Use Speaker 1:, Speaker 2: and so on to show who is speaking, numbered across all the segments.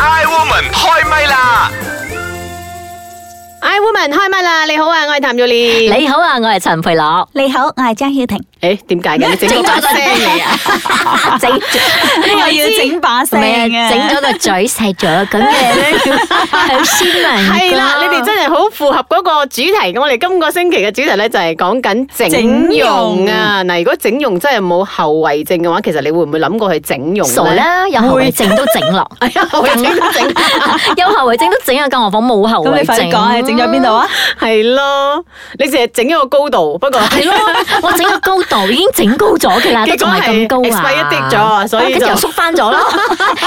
Speaker 1: Iwoman 開唛啦！
Speaker 2: I woman 開唛啦！你好啊，我係譚玉蓮。
Speaker 3: 你好啊，我係陳培樂。
Speaker 4: 你好，我係張曉婷。
Speaker 2: 誒點解嘅？你整咗把聲嚟啊！
Speaker 3: 整 啊
Speaker 4: 我要 整把聲啊嘅，
Speaker 3: 整咗個嘴細咗咁嘅，好斯文。
Speaker 2: 係啦，你哋真係好符合嗰個主題嘅。我哋今個星期嘅主題咧就係講緊整容啊！嗱，如果整容真係冇後遺症嘅話，其實你會唔會諗過去整容咧？
Speaker 3: 傻 啦，有後遺症都整落，
Speaker 2: 係啊，後遺症都整。
Speaker 3: 有後遺症都整啊，更何況冇後
Speaker 4: 咁你
Speaker 3: 遺
Speaker 4: 快
Speaker 3: 症。
Speaker 4: 啲講下你整咗邊度啊？
Speaker 2: 係咯，你淨係整咗個高度，不過
Speaker 3: 係咯，我整個高度已經整高咗嘅啦， 都
Speaker 2: 結果
Speaker 3: 仲係咁高啊，
Speaker 2: 係 expire 咗所以
Speaker 3: 跟住
Speaker 2: 就
Speaker 3: 又縮翻咗咯，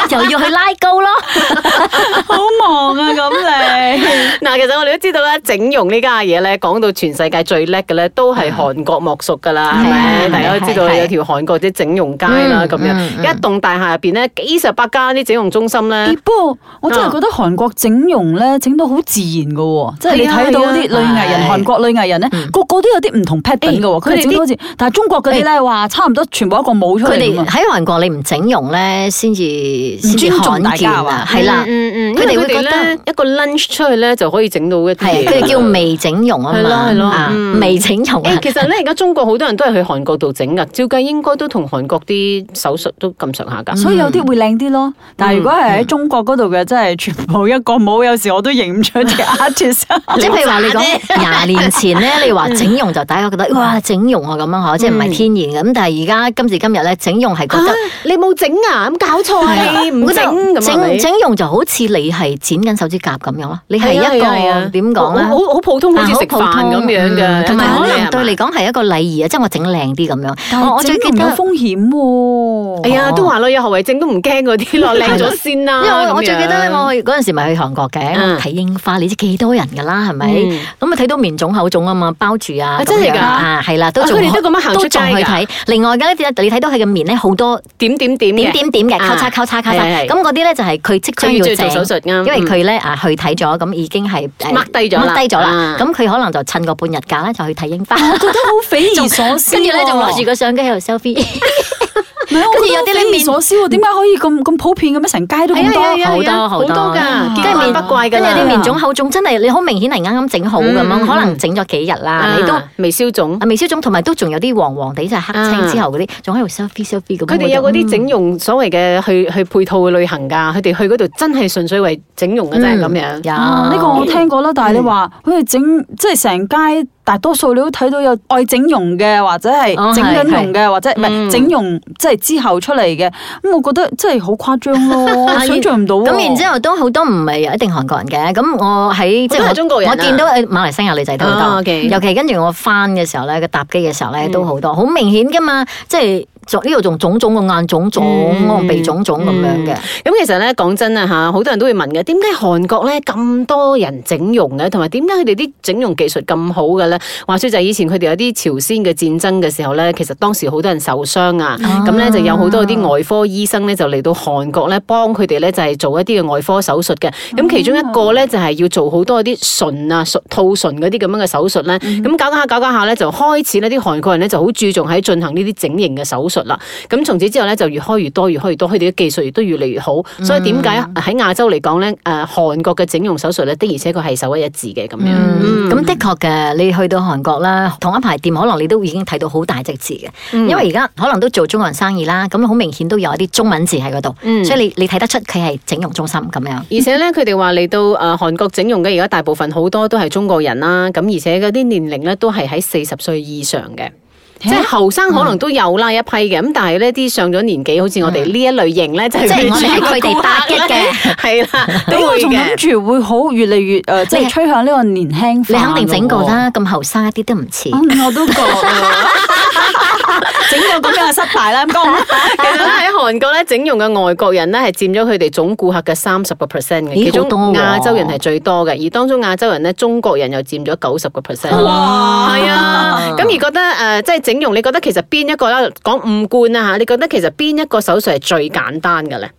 Speaker 3: 又要去拉高咯。
Speaker 4: 好忙啊，咁 你。
Speaker 2: 嗱，其實我哋都知道咧，整容呢家嘢咧，講到全世界最叻嘅咧，都係韓國莫屬噶啦，係咪？
Speaker 3: 嗯係
Speaker 2: 大家都知道
Speaker 3: 係係
Speaker 2: 有條韓國啲整容街啦，
Speaker 3: 嗯
Speaker 2: 咁樣
Speaker 3: 嗯嗯
Speaker 2: 一棟大廈入邊咧，幾十百間啲整容中心咧
Speaker 4: 咦，不過我真係覺得韓國整容咧整到好自然噶喎，即係你
Speaker 2: 係啊
Speaker 4: 睇到啲女藝
Speaker 2: 係
Speaker 4: 人，
Speaker 2: 啊
Speaker 4: 韓國女藝人咧
Speaker 3: 嗯
Speaker 4: 個個都有啲唔同 pattern 噶喎，
Speaker 2: 誒
Speaker 4: 佢哋整到好似，但係中國嗰啲咧哇，差唔多全部一個模出
Speaker 3: 佢
Speaker 4: 嚟啊
Speaker 3: 哋
Speaker 4: 㗎嘛
Speaker 3: 喺韓國你唔整容咧，先至先至
Speaker 4: 尊重
Speaker 3: 罕
Speaker 4: 大
Speaker 3: 見
Speaker 4: 家
Speaker 3: 啊
Speaker 4: 啊，
Speaker 3: 係啦。
Speaker 2: 嗯嗯，佢
Speaker 3: 佢哋
Speaker 2: 哋
Speaker 3: 會
Speaker 2: 會覺
Speaker 3: 覺得
Speaker 2: 得一個 lunch 出去咧就可以整到一啲
Speaker 3: 係，啊
Speaker 2: 嘢，
Speaker 3: 佢哋叫。微整容啊
Speaker 2: 係咯
Speaker 3: 嘛，
Speaker 2: 係咯
Speaker 3: 啊
Speaker 2: 嗯
Speaker 3: 微整容啊
Speaker 2: 誒，，其實咧，而家中國好多人都係去韓國度整噶，照計應該都同韓國啲手術都咁上
Speaker 3: 嗯
Speaker 2: 下噶。
Speaker 4: 所以有啲會靚啲咯，但係如果係喺中國嗰度嘅，真係全部一個模，有時我都認唔出 啲 artist。啊
Speaker 3: 哦即係譬如話你講廿年前咧，你話整容就大家覺
Speaker 2: 嗯
Speaker 3: 得哇整容啊咁樣嗬，即係唔係天然嘅咁，但係而家今時今日咧，整容係覺得。
Speaker 2: 你冇整啊？咁搞錯啊！你唔
Speaker 3: 我覺
Speaker 2: 整
Speaker 3: 得
Speaker 2: 嗯咁係咪
Speaker 3: 整整容就好似你係剪緊手指甲咁樣咯，你係一
Speaker 2: 係啊係
Speaker 3: 個
Speaker 2: 啊
Speaker 3: 點講
Speaker 2: 好
Speaker 3: 咧？
Speaker 2: 好好普通，好
Speaker 3: 啊
Speaker 2: 似食飯咁樣
Speaker 3: 嗯
Speaker 2: 嘅，啊
Speaker 3: 同埋可能對
Speaker 2: 你
Speaker 3: 你講係一個禮儀啊，即係我整靚啲咁樣。我
Speaker 4: 我
Speaker 3: 我最記
Speaker 4: 有
Speaker 3: 得，
Speaker 4: 風險喎。
Speaker 2: 哎呀，
Speaker 3: 哦
Speaker 2: 都話咯，有後遺症都唔驚嗰啲咯，靚咗先啦。
Speaker 3: 因為我我
Speaker 2: 啊咁樣
Speaker 3: 最記得我去嗰陣時咪去韓國嘅，
Speaker 2: 嗯
Speaker 3: 我睇櫻花，你知幾多人㗎啦，係咪？
Speaker 2: 嗯
Speaker 3: 咁啊睇到面腫口腫啊嘛，包住啊，
Speaker 2: 啊真係
Speaker 3: 咁樣
Speaker 2: 㗎
Speaker 3: 啊，係啦，都
Speaker 2: 啊
Speaker 3: 仲
Speaker 2: 佢哋都咁樣行出街
Speaker 3: 仲去
Speaker 2: 㗎
Speaker 3: 睇。另外嘅咧，你睇到佢嘅面咧好多
Speaker 2: 點點點
Speaker 3: 點
Speaker 2: 嘅
Speaker 3: 點點嘅
Speaker 2: 啊
Speaker 3: 交叉交叉交叉，
Speaker 2: 係
Speaker 3: 咁
Speaker 2: 係
Speaker 3: 嗰啲咧就係佢即將
Speaker 2: 佢
Speaker 3: 要
Speaker 2: 要做
Speaker 3: 整
Speaker 2: 手術啱，
Speaker 3: 因為佢咧啊去睇咗，咁已經係誒
Speaker 2: mark 低咗啦
Speaker 3: mark 低咗啦
Speaker 2: 啊，
Speaker 3: 咁佢可能就趁個半日假咧就去 睇櫻花，
Speaker 4: 覺得好匪夷所思喎。
Speaker 3: 跟住咧就攞住個相機喺度 selfie，
Speaker 4: 跟
Speaker 3: 跟住有啲你
Speaker 4: 匪夷
Speaker 3: 面
Speaker 4: 所思喎，點解可以咁咁普遍嘅咩？成街都咁
Speaker 3: 係啊
Speaker 4: 多
Speaker 3: 係。啊
Speaker 2: 好
Speaker 3: 係啊
Speaker 2: 多好多
Speaker 3: 好
Speaker 2: 㗎，
Speaker 3: 多
Speaker 2: 見
Speaker 3: 跟
Speaker 2: 怪
Speaker 3: 住
Speaker 2: 不怪㗎
Speaker 3: 跟住
Speaker 2: 啦。
Speaker 3: 啲面腫口腫真係你好明顯係啱啱整好咁樣，
Speaker 2: 嗯嗯
Speaker 3: 可能整咗幾日啦，你都
Speaker 2: 啊微消腫
Speaker 3: 啊，微消腫同埋都仲有啲黃黃地，就係黑青之後嗰啲，仲喺度 selfie selfie 咁。
Speaker 2: 佢哋有嗰啲整容所謂嘅去去配套嘅旅行㗎，佢哋去嗰度真係純粹為整容嘅啫咁樣。
Speaker 4: 啊！呢、
Speaker 3: 有
Speaker 4: 個我聽過啦，但係你話
Speaker 3: 嗯
Speaker 4: 好似整即係成街大多數你都睇到有愛整容嘅，或者係
Speaker 3: 哦
Speaker 4: 整緊
Speaker 3: 係
Speaker 4: 容嘅，或者唔係
Speaker 2: 嗯
Speaker 4: 整容即係之後出嚟嘅。咁我覺得真係好誇 張咯，
Speaker 3: 啊
Speaker 4: 想象唔到喎。
Speaker 3: 咁然之後都好多唔係一定韓國人嘅，咁我喺
Speaker 2: 好
Speaker 3: 即
Speaker 2: 多係
Speaker 3: 我
Speaker 2: 中國人啊
Speaker 3: 我見到誒馬來西亞女仔都好多，
Speaker 2: 啊，OK
Speaker 3: 尤其跟住我翻嘅時候咧，佢搭機嘅時候咧
Speaker 2: 嗯
Speaker 3: 都好多，好明顯噶嘛，即係仲呢度仲腫腫個眼腫腫，
Speaker 2: 嗯
Speaker 3: 我鼻腫腫咁樣嘅，
Speaker 2: 咁其實咧講真啊嚇，好多人都會問嘅，點解韓國咧咁多人整容嘅，同埋點解佢哋啲整容技術咁好嘅咧？話說就係以前佢哋有啲朝鮮嘅戰爭嘅時候咧，其實當時好多人受傷啊，咁咧、就有好多啲外科醫生咧就嚟到韓國咧幫佢哋咧就係做一啲嘅外科手術嘅。咁其中一個咧就係要做好多啲唇啊、唇套唇嗰啲咁樣嘅手術咧。咁搞搞下搞搞下咧，就開始呢啲韓國人咧就好注重喺進行呢啲整形嘅手術啦。咁從此之後咧，就越開越多，越開越多，佢哋嘅技術亦都越嚟越好。所以點解喺亞洲嚟講咧，誒韓國嘅整容手術咧，的而且確係首屈一指嘅咁樣。
Speaker 3: 嗯，咁的確嘅，你去到韓國啦，同一排店可能你都已經睇到好大隻字嘅，
Speaker 2: 嗯
Speaker 3: 因為而家可能都做中國人生意啦，咁好明顯都有一啲中文字喺嗰度，
Speaker 2: 嗯
Speaker 3: 所以你你睇得出佢係整容中心咁樣。
Speaker 2: 而且咧，佢哋話嚟到誒韓國整容嘅，而家大部分好多都係中國人啦。咁而且嗰啲年齡咧都係喺四十歲以上嘅，即係後生可能都有啦一批嘅。咁但係呢啲上咗年紀，好似我哋呢一類型咧，就
Speaker 3: 啊即係我哋係佢哋打擊嘅
Speaker 2: 嘅，係啦，
Speaker 4: 因
Speaker 2: 都
Speaker 4: 為我
Speaker 2: 會
Speaker 4: 仲
Speaker 2: 嘅
Speaker 4: 諗。住會好越嚟越誒、呃即
Speaker 3: 你
Speaker 4: 係趨向呢個年輕
Speaker 3: 你
Speaker 4: 化
Speaker 3: 肯定整過
Speaker 4: 㗎喎。
Speaker 3: 啦，咁後生一啲都唔似。
Speaker 4: 嗯我都 覺啊 整到咁樣就失敗啦，咁講
Speaker 2: 其實咧喺韓國咧，整容嘅外國人咧係佔咗佢哋總顧客嘅三十個 percent 嘅，
Speaker 3: 咦
Speaker 2: 其中
Speaker 3: 好多喎
Speaker 2: 亞洲人係最多嘅，而當中亞洲人咧，中國人又佔咗九十個 percent。
Speaker 3: 哇
Speaker 2: 係啊，咁而覺得誒、呃即係整容，你覺得其實邊一個啦？講五官啦嚇，你覺得其實邊一個手術係最簡單嘅咧？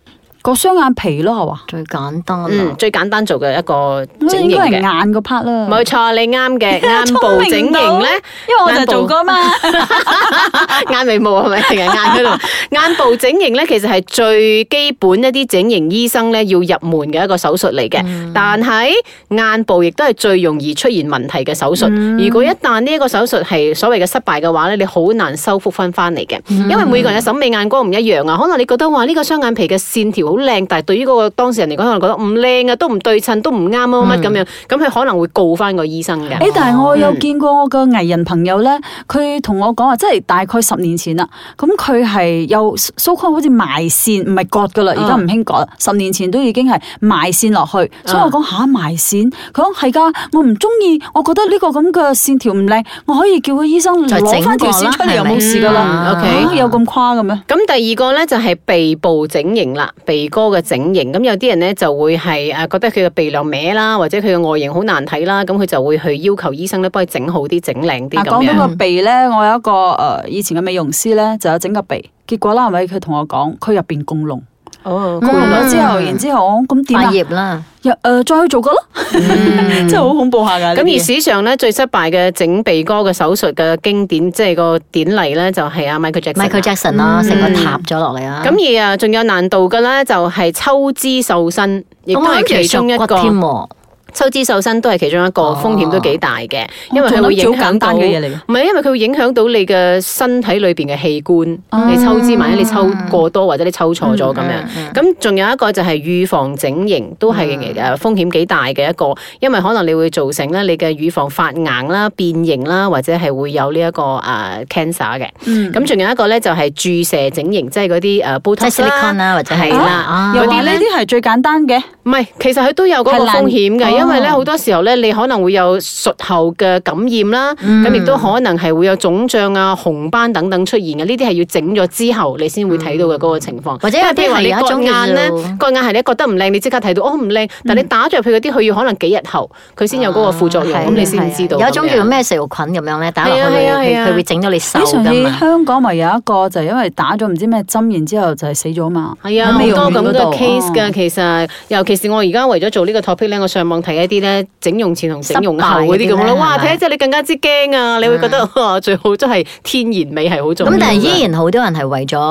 Speaker 4: 個雙眼皮咯，係嘛？
Speaker 3: 最簡單啊
Speaker 2: 嗯
Speaker 3: 啦，。
Speaker 2: 最簡單做嘅一個整
Speaker 4: 應
Speaker 2: 形
Speaker 4: 該係
Speaker 2: 嘅。
Speaker 4: 眼個 part 啦。
Speaker 2: 冇錯，你啱嘅，眼部整
Speaker 4: 聰明到
Speaker 2: 形咧，
Speaker 4: 因為我就
Speaker 2: 眼部
Speaker 4: 做過嘛。
Speaker 2: 眼眉毛係咪定係眼嗰度？眼部整形咧，其實係最基本一啲整形醫生咧要入門嘅一個手術嚟嘅。但係眼部亦都係最容易出現問題嘅手術。如果一旦呢一個手術係所謂嘅失敗嘅話咧，你好難修復翻翻嚟嘅，因為每個人嘅審美眼光唔一樣啊。可能你覺得話呢個雙眼皮嘅線條好靚，但係對於嗰個當事人嚟講，可能覺得唔靚啊，都唔對稱，都唔啱啊乜咁樣，咁佢可能會告翻個醫生嘅。
Speaker 4: 誒，但係我有見過我個藝人朋友咧，佢同我講話，即係大概十年前啦。咁佢係有 so called 好似埋線，唔係割噶
Speaker 2: 啊
Speaker 4: 啦，而家唔興割啦。十年前都已經係埋線落去，
Speaker 2: 啊
Speaker 4: 所以我講嚇埋線。佢講係㗎，我唔中意，我覺得呢個咁嘅線條唔靚，我可以叫個醫生
Speaker 3: 再
Speaker 4: 攞翻條線出
Speaker 3: 整過
Speaker 4: 嚟
Speaker 3: 啦
Speaker 4: 又冇事㗎
Speaker 2: 係
Speaker 4: 啦。
Speaker 2: 咪嗯
Speaker 4: 嚇有咁誇嘅咩？
Speaker 2: 咁第二個咧就係鼻部整形啦，鼻哥嘅整形。咁有啲人咧就會係呃誒覺得佢嘅鼻梁歪啦，或者佢嘅外形好難睇啦，咁佢就會去要求醫生咧幫佢整好啲、整靚啲
Speaker 4: 嗱，
Speaker 2: 咁
Speaker 4: 啊講
Speaker 2: 樣。
Speaker 4: 到個鼻咧，我有一個誒、呃以前嘅美容師咧，就有整個鼻，結果啦，係咪佢同我講佢入邊共窿，
Speaker 2: 哦，
Speaker 4: 共窿咗之後，
Speaker 3: 嗯
Speaker 4: 然之後我咁點
Speaker 3: 發
Speaker 4: 啊？
Speaker 3: 葉啦，
Speaker 4: 又誒、呃再去做過咯， 真係好恐怖下㗎。呢
Speaker 2: 咁
Speaker 4: 啲
Speaker 2: 而
Speaker 4: 嘢
Speaker 2: 史上咧最失敗嘅整鼻哥嘅手術嘅經典，即係個典禮咧就係阿 Michael Jackson 啦。
Speaker 3: Michael Jackson 啦，成個塌咗落嚟啊！
Speaker 2: 啊嗯咁而啊，仲有難度嘅咧就係抽脂瘦身，亦都
Speaker 3: 哦我諗住
Speaker 2: 係其中一
Speaker 3: 削骨
Speaker 2: 個。
Speaker 3: 添喎，
Speaker 2: 抽脂瘦身都係其中一個
Speaker 3: 哦
Speaker 2: 風險都幾大嘅，
Speaker 4: 我
Speaker 2: 因為佢會影
Speaker 4: 仲諗住好
Speaker 2: 響
Speaker 4: 簡
Speaker 2: 到
Speaker 4: 單嘅嘢嚟嘅
Speaker 2: 唔係因為佢會影響到你嘅身體裏邊嘅器官。你抽脂，萬一你抽過多或者你抽錯咗咁
Speaker 3: 嗯
Speaker 2: 樣。嗯咁仲有一個就係預防整形，都係誒風險幾大嘅一個，因為可能你會造成咧你嘅乳房發硬啦、變形啦，或者係會有呢一個誒 cancer 嘅。
Speaker 4: 嗯
Speaker 2: 咁仲有一個咧就係注射整形，即係嗰啲呃誒 b o
Speaker 3: 即係 silicon 啦，或者
Speaker 2: 係
Speaker 3: 係
Speaker 2: 啦
Speaker 3: 啊
Speaker 4: 又
Speaker 2: 嗰
Speaker 4: 話
Speaker 2: 啲
Speaker 4: 呢
Speaker 2: 咧
Speaker 4: 啲係最簡單嘅，
Speaker 2: 唔係，其實佢都有嗰個
Speaker 4: 係難
Speaker 2: 風險嘅，
Speaker 4: 哦
Speaker 2: 因為咧好多時候咧，你可能會有術後嘅感染啦，
Speaker 3: 嗯
Speaker 2: 咁亦都可能係會有腫脹啊、紅斑等等出現嘅。呢啲係要整咗之後，你先會睇到嘅嗰個情況。
Speaker 3: 或者有啲
Speaker 2: 譬如話
Speaker 3: 係
Speaker 2: 你
Speaker 3: 有一
Speaker 2: 割
Speaker 3: 種叫
Speaker 2: 眼咧
Speaker 3: 做，
Speaker 2: 割眼係你覺得唔靚，你即刻睇到哦唔靚，但你打咗入去嗰啲，佢要可能幾日後佢先有嗰個副作用，
Speaker 3: 係
Speaker 2: 咁你先知道咁樣。
Speaker 3: 有一種叫做咩食肉菌咁樣咧，打落去
Speaker 2: 係啊係啊係
Speaker 3: 佢
Speaker 2: 啊
Speaker 3: 佢會整到你瘦
Speaker 4: 咦上
Speaker 3: 㗎
Speaker 4: 次
Speaker 3: 嘛。
Speaker 4: 香港咪有一個就係因為打咗唔知咩針，然之後就係死咗嘛。
Speaker 2: 係啊，
Speaker 4: 喺
Speaker 2: 好
Speaker 4: 美容
Speaker 2: 多咁
Speaker 4: 院嗰
Speaker 2: 嘅
Speaker 4: 度
Speaker 2: case 㗎，
Speaker 4: 哦
Speaker 2: 其實尤其是我而家為咗做呢個 topic 咧，我上網睇一啲咧整容前同整容後嗰啲咁
Speaker 3: 失敗嗰啲
Speaker 2: 咯，
Speaker 3: 呢
Speaker 2: 哇！
Speaker 3: 係咪
Speaker 2: 睇之後你更加之驚啊，你會覺得哇，最好都係天然美係好重要
Speaker 3: 咁
Speaker 2: 㗎。
Speaker 3: 但係依然好多人係為咗。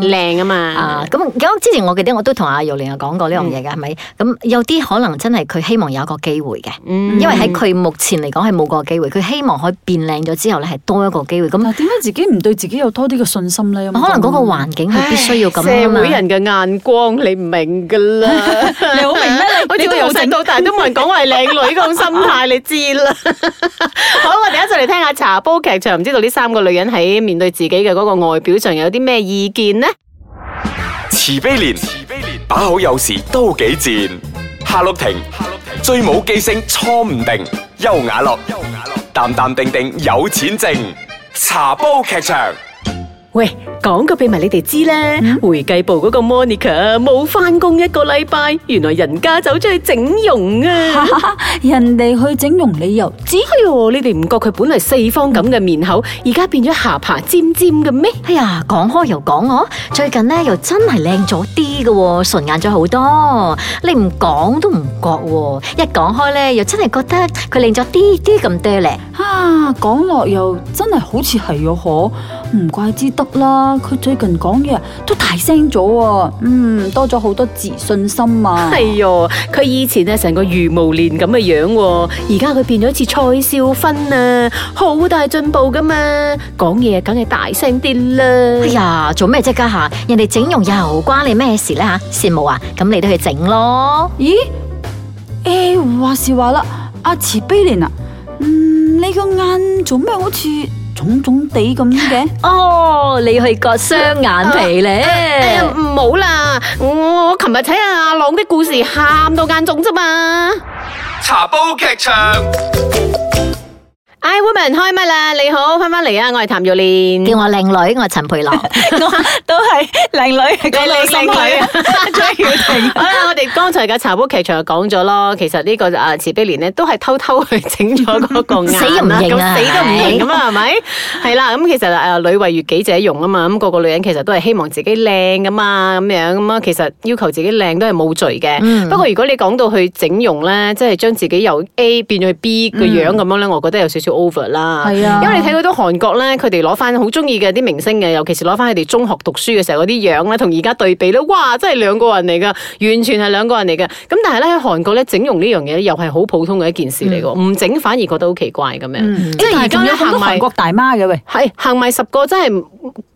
Speaker 2: 靚啊嘛
Speaker 3: 啊，，咁咁之前我記得我都同阿姚玲有啊講過呢樣嘢
Speaker 2: 嗯
Speaker 3: 嘅，係咪？咁有啲可能真係佢希望有一個機會嘅，
Speaker 2: 因
Speaker 3: 因為喺佢目前嚟講係冇個機會，佢希望可以變靚咗之後咧係多一個機會。咁
Speaker 4: 嗱，點解自己唔對自己有多啲嘅信心咧？
Speaker 3: 哦可能嗰個環境係必須要咁啊
Speaker 2: 社
Speaker 3: 嘛
Speaker 2: 會。人嘅眼光你唔明㗎啦，
Speaker 4: 你好明咩？
Speaker 2: 好似
Speaker 4: 你
Speaker 2: 我
Speaker 4: 都
Speaker 2: 由
Speaker 4: 有
Speaker 2: 細
Speaker 4: 整
Speaker 2: 到大都冇人講我係靚女咁心態，你知啦。好，我哋一齊嚟聽下茶煲劇場，唔知道呢三個女人喺面對自己嘅嗰個外表上有啲咩意見呢？
Speaker 1: 慈悲蓮，慈悲蓮，把口有時都幾賤。夏綠庭，夏綠庭，最冇記性錯唔定。優雅樂，優雅樂，淡淡定定有錢剩。茶煲劇場，
Speaker 2: 喂，講個秘密你哋知咧，會計部嗰個 Monica 冇翻工一個禮拜，原來人家走出去整容啊！
Speaker 4: 人哋去整容，你又
Speaker 2: 只係喎，你哋唔覺佢本嚟四方咁嘅面口，而家變咗下巴尖尖嘅咩？
Speaker 3: 哎呀，講開又講我，最近咧又真係靚咗啲嘅喎，順眼咗好多。你唔講都唔覺喎，一講開咧又真係覺得佢靚咗啲啲咁多咧。
Speaker 4: 啊講落又真係好似係喎，可唔怪之得啦。佢最近講嘢都大聲咗喎，嗯，多咗好多自信心啊。
Speaker 2: 係喲，哎佢以前咧成個魚毛蓮咁嘅樣喎，而家佢變咗似蔡少芬啊，好大進步噶嘛，講嘢梗係大聲啲
Speaker 3: 哎
Speaker 2: 啦。
Speaker 3: 呀，做咩啫家下？人哋整容又關你咩事咧吓？羨慕啊，咁你都去整咯。
Speaker 4: 咦？诶、話是話啦，阿慈悲蓮啊，嗯，你個眼做咩好似腫腫地咁嘅？
Speaker 3: 哦，你去割雙
Speaker 2: 啊
Speaker 3: 眼皮咧？
Speaker 2: 哎唔好啦，我我琴日睇阿阿朗的故事，喊到眼腫啫嘛。
Speaker 1: 茶煲劇場。
Speaker 2: I Woman 開唛啦！你好，翻返嚟啊！我係譚玉蓮。
Speaker 3: 叫我靚女，我係陳佩樂。
Speaker 4: 我都係靚 女，係講到心女啊， 張曉婷。
Speaker 2: 好啦，我哋剛才嘅茶煲劇場就講咗咯，其實呢個啊慈悲蓮咧都係偷偷去整咗嗰個眼啦，
Speaker 3: 死唔認啊
Speaker 2: 咁死都唔認咁啊，係咪？係啦，咁其實啊女為悅己者容啊嘛，咁個個女人其實都係希望自己靚噶嘛，咁樣咁啊，其實要求自己靚都係冇罪嘅。
Speaker 3: 嗯
Speaker 2: 不過如果你講到去整容咧，即係將自己由 A 變咗去 B 個樣咁樣咧，我覺得有少少 over 啦。
Speaker 4: 係啊
Speaker 2: 因為你睇到啲韓國咧，佢哋攞翻好中意嘅啲明星嘅，尤其是攞翻佢哋中學讀書嘅時候嗰啲樣咧，同而家對比咧，哇！真係兩個人嚟噶，完全係兩個人嚟嘅。咁但係咧喺韓國咧，整容呢樣嘢又係好普通嘅一件事嚟㗎，唔整反而覺得好奇怪咁樣。嗯即係而家
Speaker 4: 仲
Speaker 2: 咧
Speaker 4: 有好
Speaker 2: 行
Speaker 4: 多韓
Speaker 2: 埋
Speaker 4: 國大媽嘅喂，
Speaker 2: 係行埋十個真係。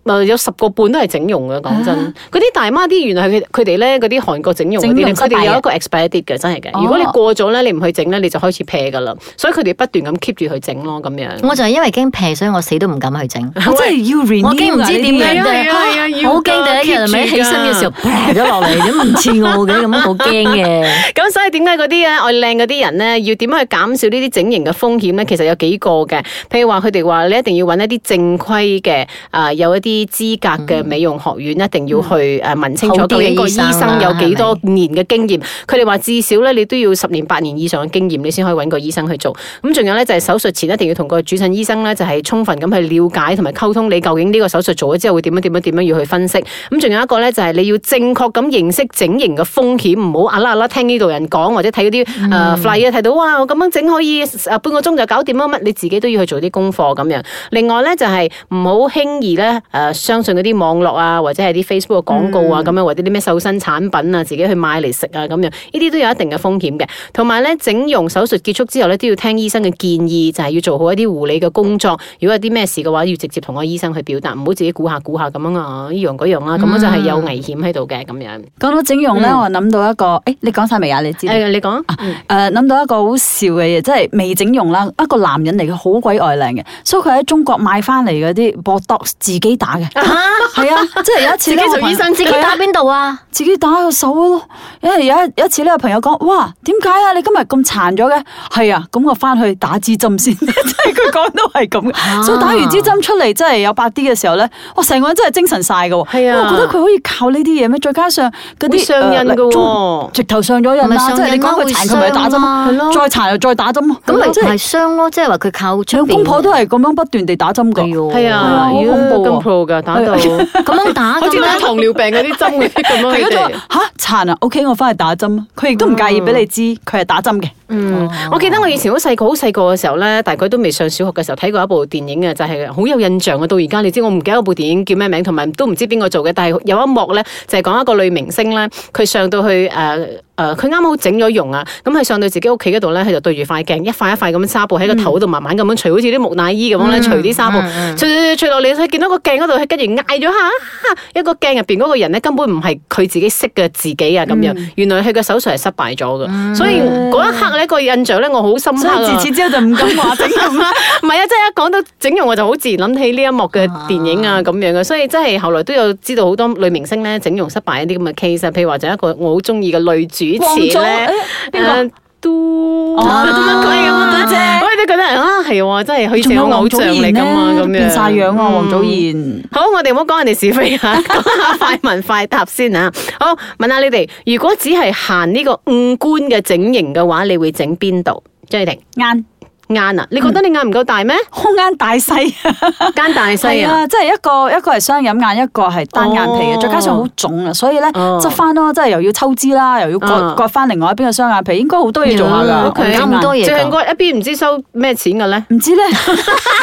Speaker 2: 誒有十個半都係整容嘅，講真，嗰啲大媽啲原來係佢佢哋咧，嗰啲韓國嗯整容嗰啲啊
Speaker 4: 整
Speaker 2: 咧，
Speaker 4: 容失
Speaker 2: 佢
Speaker 4: 敗
Speaker 2: 哋有一個 expire date 嘅，真係嘅。如果你
Speaker 4: 哦
Speaker 2: 過咗咧，你唔去整咧，你就開始 p 㗎啦。所以佢哋不斷咁 keep 住去整咯，咁樣。
Speaker 3: 我就係因為驚平，所以我死都唔敢去整。
Speaker 4: 我真係要 renew 啊
Speaker 3: 我驚唔知點
Speaker 4: 㗎呢啲嘢
Speaker 2: 係
Speaker 3: 樣啫，
Speaker 2: 啊係啊要㗎
Speaker 3: 我好驚第一日咪
Speaker 2: keep 住㗎
Speaker 3: 起身嘅時候，啪咗落嚟，咁唔似我嘅，咁啊好驚嘅。
Speaker 2: 咁所以點解嗰啲啊愛靚嗰啲人咧，要點樣去減少呢啲整形嘅風險咧？其實有幾個嘅，譬如話佢哋話你一定要揾一啲正規嘅啊、有一啲資格嘅美容學院，一定要去誒問清楚
Speaker 3: 好啲
Speaker 2: 究
Speaker 3: 嘅
Speaker 2: 竟個醫
Speaker 3: 醫生啦
Speaker 2: 生啊有幾多年嘅經驗。佢哋話至少咧，你都要十年八年以上嘅經驗，你先可以揾個醫生去做。咁仲有咧就係手術前一定要同個主診醫生咧就係充分咁去了解同埋溝通，你究竟呢個手術做咗之後會點樣點樣點樣要去分析。咁仲有一個咧就係你要正確咁認識整形嘅風險，唔好啊啦啊啦聽呢度人講或者睇嗰啲誒 fly 啊睇到哇我咁樣整可以誒半個鐘就搞掂啦乜，你自己都要去做啲功課咁樣。另外咧就係唔好輕易咧誒相信嗰啲網絡啊或者係啲 Facebook 嘅廣告啊咁樣，或者啲咩瘦身產品啊自己去買嚟食啊咁樣，呢啲都有一定嘅風險嘅。同埋咧，整容手術結束之後咧，都要聽醫生嘅建議，就係、要做好一啲護理嘅工作。如果有啲咩事嘅話，要直接同個醫生去表達，唔好自己估下估下咁樣啊，呢樣嗰樣啦，咁樣就係有危險喺度嘅咁樣。
Speaker 4: 講到整容咧，我諗到一個，誒，你講晒未啊？你知
Speaker 2: 誒、
Speaker 4: 道？
Speaker 2: 你講
Speaker 4: 誒呃諗到一個好笑嘅嘢，即係未整容啦，一個男人嚟嘅，好鬼愛靚嘅，所以佢喺中國買翻嚟嗰啲 Botox 自己打嘅，係啊，即係有一次咧，我朋友
Speaker 3: 自己
Speaker 4: 係啊
Speaker 3: 打邊度啊？
Speaker 4: 自己打個手咯。因為有一有一次咧，有朋友講：哇，點解啊？你今日咁殘咗嘅？係啊，咁我翻去打支針先。即係佢講到係咁嘅，所以打完支針出嚟，真係有白啲嘅時候咧，我成個人真係精神晒嘅喎。
Speaker 2: 係啊
Speaker 4: 我覺得佢可以靠呢啲嘢咩？再加上嗰
Speaker 2: 會
Speaker 4: 啲
Speaker 2: 上癮嘅
Speaker 4: 呃
Speaker 2: 喎
Speaker 4: 直頭上咗癮
Speaker 3: 咪
Speaker 4: 啦。
Speaker 3: 上
Speaker 4: 即係你
Speaker 3: 癮咯啊
Speaker 4: 講佢殘，佢咪
Speaker 3: 會
Speaker 4: 打針
Speaker 3: 傷啊
Speaker 4: 咯
Speaker 2: 係
Speaker 4: 再殘又再打針咯。
Speaker 3: 咁咪
Speaker 4: 即
Speaker 3: 唔
Speaker 4: 係
Speaker 3: 係傷咯，即係話佢靠出
Speaker 4: 兩
Speaker 3: 邊。
Speaker 4: 公婆都係咁樣不斷地打針㗎。
Speaker 3: 係
Speaker 2: 係
Speaker 4: 係啊
Speaker 2: 啊，
Speaker 4: 好
Speaker 2: 妖
Speaker 4: 恐怖啊
Speaker 2: 咁 pro 噶打到，
Speaker 3: 咁樣打
Speaker 2: 好似
Speaker 3: 咁
Speaker 2: 打
Speaker 3: 咧，
Speaker 2: 糖尿病嗰啲針嗰啲咁樣
Speaker 4: 係
Speaker 2: 佢
Speaker 4: 嗰
Speaker 2: 哋
Speaker 4: 種。吓殘啊，OK，我翻去打針。佢亦都唔介意俾你知，佢係打針嘅。
Speaker 2: 嗯，我記得我以前好細個，好細個嘅時候咧，大概都未上小學嘅時候睇過一部電影嘅，就係、好有印象嘅。啊到而家你知我唔記得嗰部電影叫咩名，同埋都唔知邊個做嘅，但係有一幕咧就係、講一個女明星咧，佢上到去誒。呃誒佢啱好整咗容啊，咁佢上到自己屋企嗰度咧，佢就對住塊鏡，一塊一塊咁樣紗布喺個頭度慢慢咁樣除，好似啲木乃伊咁
Speaker 4: 嗯
Speaker 2: 樣咧，除啲紗布，除除除除落嚟，佢見到個鏡嗰度，佢跟住嗌咗下，啊一個鏡入邊嗰個人咧根本唔係佢自己識嘅自己啊咁樣，
Speaker 4: 嗯
Speaker 2: 原來佢嘅手術係失敗咗嘅，所以嗰一刻咧個印象咧我好深刻
Speaker 4: 所以
Speaker 2: 啊
Speaker 4: 自。此之後就唔敢 話整容啦。
Speaker 2: 唔係啊，即係一講到整容，我就好自然諗起呢一幕嘅電影啊咁樣嘅，所以真係後來都有知道好多女明星咧整容失敗一啲咁嘅 case，啊譬如話就一個我好中意嘅女主持咧，誒都
Speaker 4: 哦
Speaker 2: 啊都乜鬼咁啊
Speaker 4: 多謝
Speaker 2: 我哋都覺得啊係喎，真係佢
Speaker 4: 仲
Speaker 2: 似
Speaker 4: 有
Speaker 2: 我偶
Speaker 4: 王祖
Speaker 2: 像
Speaker 4: 賢
Speaker 2: 嚟㗎嘛咁
Speaker 4: 咧，
Speaker 2: 樣，
Speaker 4: 變晒樣啊，王祖
Speaker 2: 嗯
Speaker 4: 賢。
Speaker 2: 好，我哋唔好講人哋是非啊，講下快問快答先啊。好，問下你哋，如果只係行呢個五官嘅整形嘅話，你會整邊度？張雨婷
Speaker 4: 眼
Speaker 2: 眼啊，你覺得你眼唔夠大咩？
Speaker 4: 空眼大細，啊
Speaker 2: 間大細
Speaker 4: 係
Speaker 2: 啊？
Speaker 4: 啊，即係一個一個係雙眼眼，一個係單眼皮
Speaker 2: 哦
Speaker 4: 嘅，再加上好腫啊，所以咧
Speaker 2: 哦
Speaker 4: 執翻咯，即係又要抽脂啦，又要
Speaker 2: 啊
Speaker 4: 割割翻另外一邊嘅雙眼皮，應該好多嘢做下
Speaker 2: 嗯
Speaker 4: 㗎。
Speaker 2: ，OK
Speaker 4: 我整眼
Speaker 3: 咁多嘢
Speaker 2: 最近
Speaker 3: 㗎。
Speaker 2: 嗰一邊唔知收咩錢嘅咧？
Speaker 4: 唔知咧，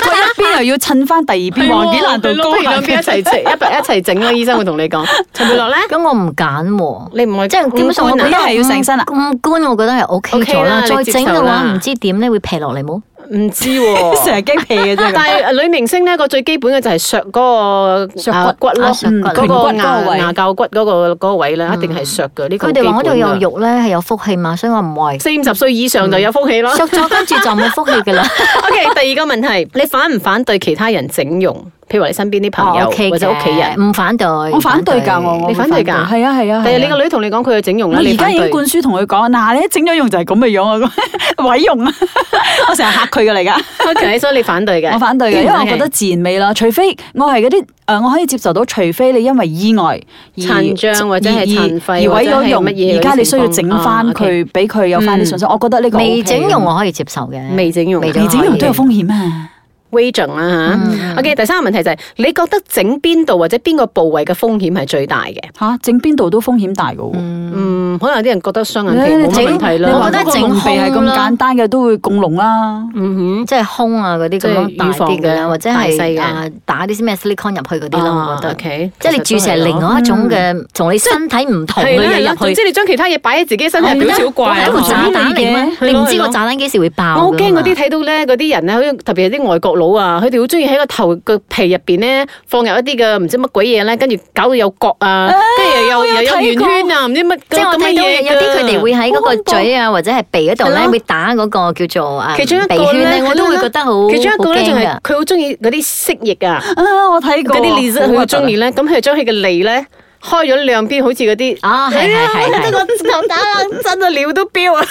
Speaker 4: 割一邊又要襯翻第二邊，
Speaker 2: 係
Speaker 4: 黃
Speaker 2: 喎
Speaker 4: 幾難度
Speaker 2: 係咯
Speaker 4: 高
Speaker 2: 不如兩邊一
Speaker 4: 係
Speaker 2: 齊整，一一齊整啦。醫生會同你講。陳佩樂咧，
Speaker 3: 咁我唔揀喎。
Speaker 2: 你唔係
Speaker 3: 即係基本上，
Speaker 2: 五
Speaker 3: 我覺得
Speaker 2: 官啊
Speaker 4: 一係要成身啊
Speaker 3: 咁官我覺得係 O K 咗
Speaker 2: OK 啦
Speaker 3: 啦。再
Speaker 2: 你接
Speaker 3: 整
Speaker 2: 受
Speaker 3: 嘅
Speaker 2: 啦
Speaker 3: 話，唔知點咧會劈落嚟冇？
Speaker 2: 唔知 喎。
Speaker 4: 成日驚屁嘅啫
Speaker 2: 但
Speaker 4: 咁。
Speaker 2: 係女明星咧個最基本嘅就係削嗰個
Speaker 4: 削
Speaker 2: 啊
Speaker 4: 骨
Speaker 2: 咯
Speaker 3: 啊，削
Speaker 2: 嗯
Speaker 3: 骨
Speaker 2: 嗰
Speaker 4: 頸骨
Speaker 2: 個
Speaker 4: 嗰個
Speaker 2: 牙
Speaker 4: 位
Speaker 2: 牙臼骨嗰個嗰個位咧，一定係削嘅。呢個
Speaker 3: 佢哋話
Speaker 2: 好
Speaker 3: 我
Speaker 2: 基本
Speaker 3: 度
Speaker 2: 㗎
Speaker 3: 有肉咧係有福氣嘛，所以我 唔為。
Speaker 2: 四五十歲以上就有福氣咯。
Speaker 3: 削咗跟住就冇福氣㗎啦。
Speaker 2: OK，第二個問題，你反唔反對其他人整容？譬如話你身邊啲朋友
Speaker 3: 哦，OK 嘅
Speaker 2: 或者屋企人。
Speaker 3: 唔反對，
Speaker 4: 我反對㗎，我我
Speaker 2: 你反對㗎
Speaker 4: 係啊係啊，
Speaker 2: 但係你
Speaker 4: 係啊
Speaker 2: 個女同你講佢有整容
Speaker 4: 我
Speaker 2: 啦，
Speaker 4: 而
Speaker 2: 你
Speaker 4: 家
Speaker 2: 反
Speaker 4: 已經
Speaker 2: 對。
Speaker 4: 灌輸同佢講嗱，你一整咗容就係咁嘅樣啊，咁 毀容啊！我成日嚇佢㗎嚟㗎，
Speaker 2: O K，所以你反對嘅。嗯
Speaker 4: 我反對嘅，因為我
Speaker 2: OK
Speaker 4: 覺得自然美啦。除非我係嗰啲誒，我可以接受到，除非你因為意外而
Speaker 2: 殘障或者係
Speaker 4: 而而
Speaker 2: 殘廢
Speaker 4: 而毀
Speaker 2: 或者
Speaker 4: 咗
Speaker 2: 係
Speaker 4: 容，
Speaker 2: 乜嘢
Speaker 4: 而家你需要
Speaker 2: 嗰啲情
Speaker 4: 整
Speaker 2: 況
Speaker 4: 翻
Speaker 2: 啊，OK 嗯
Speaker 4: 佢，俾佢有翻啲信心。我覺得呢個
Speaker 3: 未
Speaker 4: OK
Speaker 3: 整
Speaker 4: 嘅
Speaker 3: 容我可以接受嘅，
Speaker 2: 未整容
Speaker 3: 未
Speaker 4: 未整容都有
Speaker 3: 可以
Speaker 4: 風險啊！
Speaker 2: 微整啦
Speaker 3: 嗯
Speaker 2: 嚇。O K，第三個問題就係你覺得整邊度或者邊個部位嘅風險係最大嘅？
Speaker 4: 嚇，整邊度都風險大嘅喎。
Speaker 2: 嗯，可能有啲人覺得雙眼皮
Speaker 4: 你
Speaker 2: 冇乜問題
Speaker 4: 你
Speaker 2: 啦。
Speaker 4: 話
Speaker 3: 我覺得
Speaker 4: 嗰個
Speaker 3: 整
Speaker 4: 隆鼻係
Speaker 3: 胸
Speaker 4: 咁
Speaker 3: 啦
Speaker 4: 簡單嘅，都會共隆啦。
Speaker 2: 啊嗯
Speaker 3: 即係胸啊嗰啲咁樣
Speaker 2: 即係
Speaker 3: 大
Speaker 2: 預防
Speaker 3: 啲嘅啦，
Speaker 2: 嘅
Speaker 3: 或者
Speaker 2: 大細
Speaker 3: 係
Speaker 2: 嘅
Speaker 3: 啊打啲咩 silicon 入去嗰
Speaker 2: 哼，
Speaker 3: 啲咯，我覺得。
Speaker 2: 啊，OK，
Speaker 3: 即係你注射另外一種嘅同你身體唔同嘅
Speaker 2: 係啦係
Speaker 3: 嘢
Speaker 2: 啦，
Speaker 3: 入
Speaker 2: 總
Speaker 3: 去，
Speaker 2: 之你將其他嘢擺喺自己身體，
Speaker 4: 係啦
Speaker 2: 表示好怪啊
Speaker 3: 一個
Speaker 4: 係
Speaker 3: 炸
Speaker 4: 啦
Speaker 3: 彈嚟
Speaker 4: 係
Speaker 2: 咯
Speaker 3: 嘅，你唔知
Speaker 2: 係
Speaker 3: 個
Speaker 2: 咯
Speaker 3: 炸彈幾時會爆㗎
Speaker 2: 我
Speaker 3: 嘛。
Speaker 2: 好驚嗰啲睇到咧，嗰啲人咧，好似特別係啲外國佬啊，佢哋好中意喺個頭個皮入邊咧放入一啲嘅唔知乜鬼嘢咧，跟住搞到有角啊，跟住又又有圓圈啊，唔知乜
Speaker 3: 即係我
Speaker 2: 咁嘅
Speaker 3: 睇到
Speaker 2: 嘢㗎
Speaker 3: 有啲佢哋會喺嗰個嘴啊或者係鼻嗰度
Speaker 2: 係
Speaker 3: 咧
Speaker 2: 咯
Speaker 3: 會打嗰個叫做啊
Speaker 2: 其中一
Speaker 3: 鼻
Speaker 2: 個
Speaker 3: 圈
Speaker 2: 咧
Speaker 3: 咧，我都會覺得好
Speaker 2: 其中一個咧，仲
Speaker 3: 好驚啊
Speaker 2: 係
Speaker 3: 㗎
Speaker 2: 佢好中意嗰啲蜥蜴啊，
Speaker 4: 啊，我睇過
Speaker 2: 嗰啲 l 佢好
Speaker 4: 好核突啊
Speaker 2: 中意咧，咁佢就將佢嘅脷咧開咗兩邊，好似嗰啲。
Speaker 3: 啊，係係係係。
Speaker 2: 我頭打啦，真到尿都飆啊！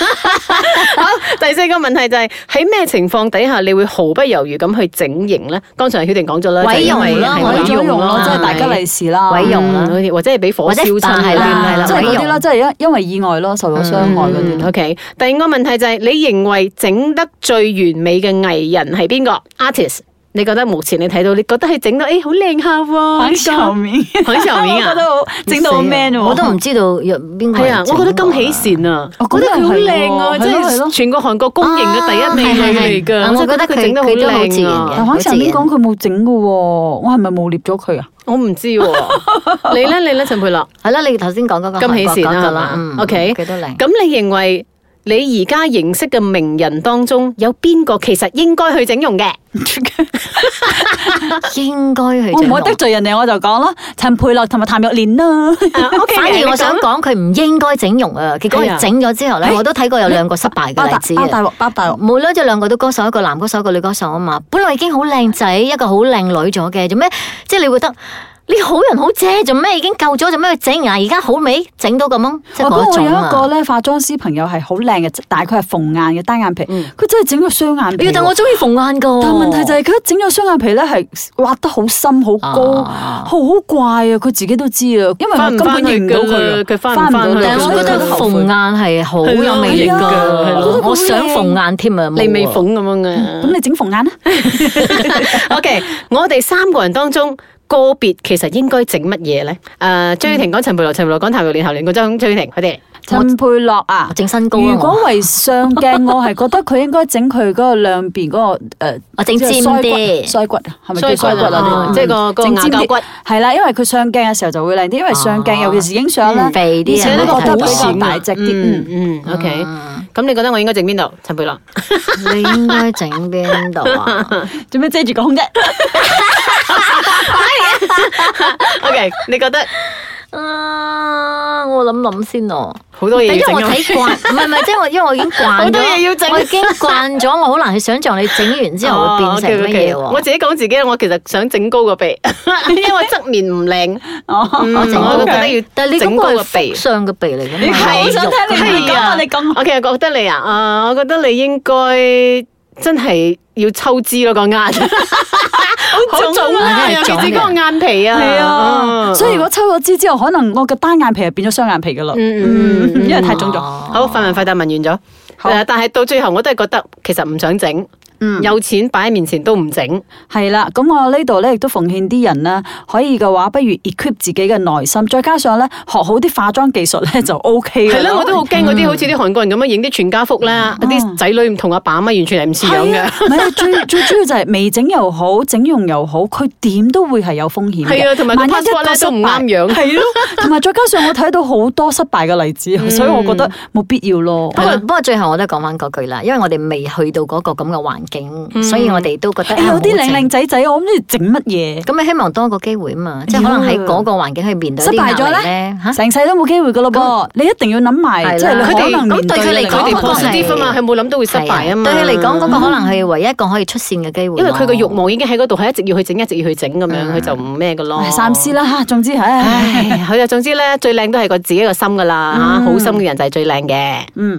Speaker 2: 好，第四個問題就係喺咩情況底下你會毫不猶豫咁去整形咧？剛才曉定講咗啦，
Speaker 3: 毀容啦
Speaker 2: 就因為係
Speaker 3: 我
Speaker 4: 毀
Speaker 3: 毀
Speaker 4: 咗
Speaker 3: 容
Speaker 4: 容咯，
Speaker 2: 啊
Speaker 3: 啦
Speaker 4: 即啊係大吉利是啦，啊
Speaker 3: 毀容啦
Speaker 2: 嗯好似或者係俾火
Speaker 3: 或者
Speaker 2: 燒親
Speaker 3: 係
Speaker 2: 嗰啲
Speaker 3: 啦係啦
Speaker 4: 即係
Speaker 3: 毀
Speaker 2: 啊
Speaker 4: 嗰
Speaker 3: 容
Speaker 4: 啲啦，即係因因為意外咯，受咗傷害嗰
Speaker 2: 嗯
Speaker 4: 啲。
Speaker 2: OK，第五個問題就係你認為整得最完美嘅藝人係邊個？Artist，你覺得目前你睇到，你覺得佢整到誒好靚下喎，呢個
Speaker 4: 面，
Speaker 2: 很上面啊
Speaker 4: 啊 我覺得好整到好 man 喎，
Speaker 3: 我都唔知道有邊個
Speaker 2: 係啊
Speaker 3: 人，整
Speaker 2: 我覺得
Speaker 3: 過
Speaker 2: 金喜善啊，
Speaker 4: 哦
Speaker 2: 我覺得佢好靚啊，
Speaker 4: 咁
Speaker 2: 即
Speaker 4: 又係喎係咯係咯
Speaker 2: 係全個韓國公認嘅第一美女嚟㗎。
Speaker 3: 啊係係係啊
Speaker 2: 真係
Speaker 3: 我覺得佢
Speaker 2: 整得好
Speaker 3: 佢都好自
Speaker 2: 靚
Speaker 3: 然
Speaker 2: 啊！
Speaker 3: 嘅
Speaker 4: 但係上面講佢冇整嘅喎，我係咪冇捏咗佢啊？
Speaker 2: 我唔 知喎，你咧你咧陳佩樂，
Speaker 3: 係啦，你頭先講嗰個
Speaker 2: 金喜善
Speaker 3: 韓國
Speaker 2: 啦
Speaker 3: 嗰個
Speaker 2: 係
Speaker 3: 啦
Speaker 2: 嘛
Speaker 3: 嗯
Speaker 2: ？OK，
Speaker 3: 佢都靚。
Speaker 2: 咁你認為你而家認識嘅名人當中有邊個其實應該去整容嘅？
Speaker 3: 應該去
Speaker 4: 我
Speaker 3: 整
Speaker 4: 唔
Speaker 3: 容
Speaker 4: 可以得罪人哋，我就講啦，陳佩樂同埋譚玉蓮 啦。
Speaker 2: 啊，OK，
Speaker 3: 反
Speaker 2: 你
Speaker 3: 而
Speaker 2: 講
Speaker 3: 我想講佢唔應該整容啊，結果
Speaker 2: 係啊
Speaker 3: 佢整咗之後咧，我都睇過有兩個失敗嘅
Speaker 4: 包
Speaker 3: 例
Speaker 4: 大
Speaker 2: 啊
Speaker 3: 子
Speaker 4: 包
Speaker 3: 嘅
Speaker 4: 啊大鑊，包大鑊。
Speaker 3: 冇啦，就兩個都歌手，一個男歌手，一個女歌手啊嘛。本來已經好靚仔，一個好靚女咗嘅，做咩？即係你會覺得你好人好姐，做咩已經夠咗，做咩去整牙？而家好尾整到咁樣，即係
Speaker 4: 我
Speaker 3: 嗰
Speaker 4: 我有
Speaker 3: 種
Speaker 4: 一個
Speaker 3: 啊。
Speaker 4: 咧化妝師朋友係好靚嘅，但係佢係縫眼嘅單眼皮，
Speaker 3: 嗯
Speaker 4: 佢真係整咗雙眼皮
Speaker 3: 要
Speaker 4: 喎。
Speaker 3: 但哎我中意縫眼噶，
Speaker 4: 但問題就係佢一整咗雙眼皮咧，係畫得好深、好高、
Speaker 3: 啊
Speaker 4: 好好怪啊！佢自己都知啊，因為我
Speaker 2: 返唔
Speaker 4: 根本
Speaker 2: 返去
Speaker 4: 認唔到佢啊，
Speaker 2: 㗎佢返唔
Speaker 4: 返
Speaker 2: 返去
Speaker 3: 但係我覺得
Speaker 4: 後
Speaker 3: 縫
Speaker 4: 悔
Speaker 3: 眼係好有魅力
Speaker 4: 係啊係啊我覺
Speaker 3: 㗎，
Speaker 4: 得好
Speaker 3: 我想縫眼添啊，冇啊
Speaker 2: 你未縫咁樣
Speaker 4: 咁
Speaker 2: 嘅。
Speaker 4: 你整縫眼啦，啊
Speaker 2: OK，我哋三個人當中。個別其實應該整乜嘢咧？誒、張雨婷講陳佩樂，陳佩樂講譚玉蓮，譚玉蓮講張張雨婷，佢哋
Speaker 4: 陳佩樂啊
Speaker 3: 我。整身高
Speaker 4: 如
Speaker 3: 啊，
Speaker 4: 果
Speaker 3: 我
Speaker 4: 為上鏡，我係覺得佢應該整佢嗰個兩邊嗰個呃誒，
Speaker 3: 我整
Speaker 4: 即係
Speaker 3: 尖
Speaker 4: 腮骨
Speaker 3: 啲，
Speaker 4: 腮骨啊，係咪叫
Speaker 2: 所以
Speaker 4: 腮骨
Speaker 3: 骨啊
Speaker 4: 啊？
Speaker 2: 哦即係個個
Speaker 4: 整
Speaker 2: 牙
Speaker 4: 尖
Speaker 2: 膠
Speaker 4: 啲
Speaker 2: 骨。哦
Speaker 4: 係啦，因為佢上鏡嘅時候就會靚啲，因為上鏡
Speaker 3: 啊
Speaker 4: 尤其是影相咧，
Speaker 3: 肥啲
Speaker 4: 而且
Speaker 3: 啊
Speaker 4: 呢
Speaker 3: 我
Speaker 4: 個
Speaker 3: 覺得
Speaker 4: 覺得
Speaker 3: 好閃
Speaker 4: 比較大隻啲，嗯
Speaker 2: 嗯嗯，OK。
Speaker 3: 嗯
Speaker 2: 咁你覺得我應該整邊度？陳佩樂，
Speaker 3: 你應該整邊度啊？
Speaker 4: 做咩遮住個胸啫？
Speaker 2: OK，你覺得
Speaker 3: 啊，我諗諗先咯。
Speaker 4: 哦
Speaker 2: 好多嘢
Speaker 3: 因
Speaker 2: 要
Speaker 3: 為
Speaker 2: 整
Speaker 3: 我
Speaker 2: 容
Speaker 3: 睇慣，唔係唔係，即係我因為我已經慣
Speaker 2: 好多嘢要
Speaker 3: 咗，
Speaker 2: 整
Speaker 3: 我已經慣咗，我好難去想像你整完之後會變成乜
Speaker 2: 哦，OK，OK
Speaker 3: 嘢
Speaker 2: 我
Speaker 3: 喎。
Speaker 2: 自己講自己，我其實想整高個 鼻，因為我側面唔靚，
Speaker 4: 哦，
Speaker 2: 嗯
Speaker 3: 我
Speaker 2: 我
Speaker 3: 整
Speaker 2: 覺
Speaker 3: 高
Speaker 2: 得要
Speaker 3: 但係你
Speaker 2: 整
Speaker 3: 嗰
Speaker 2: 高
Speaker 3: 個
Speaker 2: 個
Speaker 3: 係
Speaker 2: 鼻
Speaker 3: 腹。上嘅鼻嚟㗎嘛，
Speaker 4: 你係
Speaker 3: 有
Speaker 4: 我想
Speaker 3: 肉
Speaker 4: 聽
Speaker 3: 㗎
Speaker 4: 你
Speaker 3: 嘛
Speaker 4: 講啊你講
Speaker 2: O K，覺得你啊，啊、我覺得你應該真係要抽脂咯個眼，好腫啦，尤其是
Speaker 3: 啊真係腫嘅
Speaker 2: 嗰個眼皮啊，
Speaker 4: 係啊，所以如果抽咗脂之後，可能我嘅單眼皮係變咗雙眼皮噶啦，
Speaker 2: 嗯嗯嗯
Speaker 4: 因為太腫咗。
Speaker 3: 哦
Speaker 2: 好，快問快答問完咗，
Speaker 4: 好
Speaker 2: 誒但係到最後我都係覺得其實唔想整，
Speaker 4: 嗯
Speaker 2: 有錢擺喺面前都唔整。
Speaker 4: 係啦，咁我呢度咧亦都奉勸啲人啦，可以嘅話，不如 equip 自己嘅內心，再加上咧學好啲化妝技術咧就 O K
Speaker 2: 係咯，我都好驚嗰
Speaker 4: 嗯
Speaker 2: 啲好似啲韓國人咁樣影啲全家福啦，啲仔女唔同阿爸阿媽完全係唔似樣
Speaker 4: 係
Speaker 2: 嘅
Speaker 4: 啊。，唔係最最主要就係微整又好，整容又好，佢點都會係有風險嘅。
Speaker 2: 係啊同埋個
Speaker 4: 萬一一
Speaker 2: passport
Speaker 4: 個
Speaker 2: 咧
Speaker 4: 失
Speaker 2: 都唔啱
Speaker 4: 敗
Speaker 2: 樣
Speaker 4: 係咯，同埋再加上我睇到好多失敗嘅例子，所以我覺得冇必要咯。啊
Speaker 3: 不過不過最後我都講翻嗰句啦，因為我哋未去到嗰個咁嘅環境，
Speaker 2: 嗯
Speaker 3: 所以我哋都覺得
Speaker 4: 哎
Speaker 3: 啊
Speaker 4: 有啲
Speaker 3: 冇
Speaker 4: 靚
Speaker 3: 整
Speaker 4: 靚仔仔，我諗住整乜嘢？
Speaker 3: 咁你希望多個機會啊嘛，即係可能喺嗰個環境去面對
Speaker 4: 失
Speaker 3: 啲
Speaker 4: 敗咗
Speaker 3: 壓
Speaker 4: 呢
Speaker 3: 力咧嚇。
Speaker 4: 成世都冇機會噶咯噃，你一定要諗埋，
Speaker 3: 係
Speaker 4: 即係
Speaker 3: 啦
Speaker 4: 你
Speaker 2: 佢哋
Speaker 4: 可能面
Speaker 3: 咁對佢
Speaker 4: 對
Speaker 3: 嚟
Speaker 4: 嘅
Speaker 2: 佢
Speaker 3: 講
Speaker 2: 哋
Speaker 4: 另一個
Speaker 3: 可能係
Speaker 2: positive 啊嘛，佢冇諗到會失敗啊嘛。
Speaker 3: 對佢嚟講，嗰個可能係唯一一個可以出線嘅機會咯。
Speaker 2: 因為佢個欲望已經喺嗰度，係一直要去整，一直要去整咁樣，佢就唔咩噶咯
Speaker 4: 嗯唉。三思啦嚇，總之哦唉。
Speaker 2: 唉，佢就總之咧，最靚都係個自己個心噶啦，吓好心嘅人就係最靚嘅。
Speaker 4: 嗯。